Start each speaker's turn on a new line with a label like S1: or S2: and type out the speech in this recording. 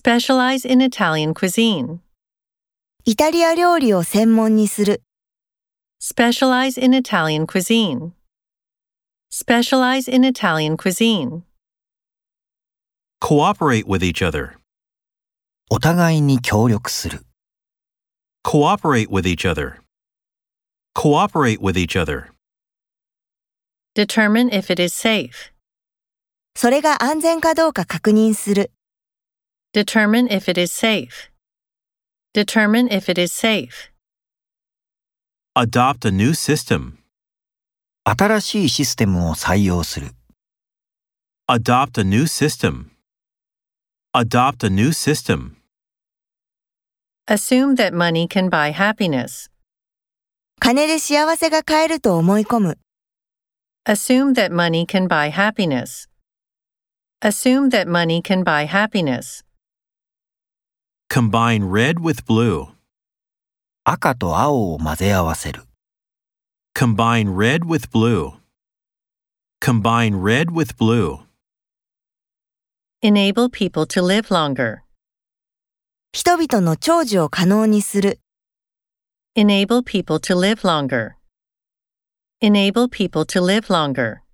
S1: Specialize in Italian cuisine.
S2: イタリア料理を専門にする。
S1: Specialize in Italian cuisine. Specialize in Italian cuisine.
S3: Cooperate with each other.
S4: お互いに協力する。
S3: Cooperate with each other. Cooperate with each other.
S1: Determine if it is safe.
S2: それが安全かどうか確認する。
S1: Determine if it is safe. Determine if it is safe.
S3: Adopt a new system.
S4: 新しいシステムを採用する。
S3: Adopt a new system. Adopt a new system.
S1: Assume that money can buy happiness.
S2: 金で幸せが買えると思い込む。
S1: Assume that money can buy happiness. Assume that money can buy happiness.
S3: Combine red with blue.
S4: 赤と青を混ぜ合わせる。
S3: Combine red with blue. Combine red with blue.
S1: Enable people to live longer.
S2: 人々の長寿を可能にする。
S1: Enable people to live longer. Enable people to live longer.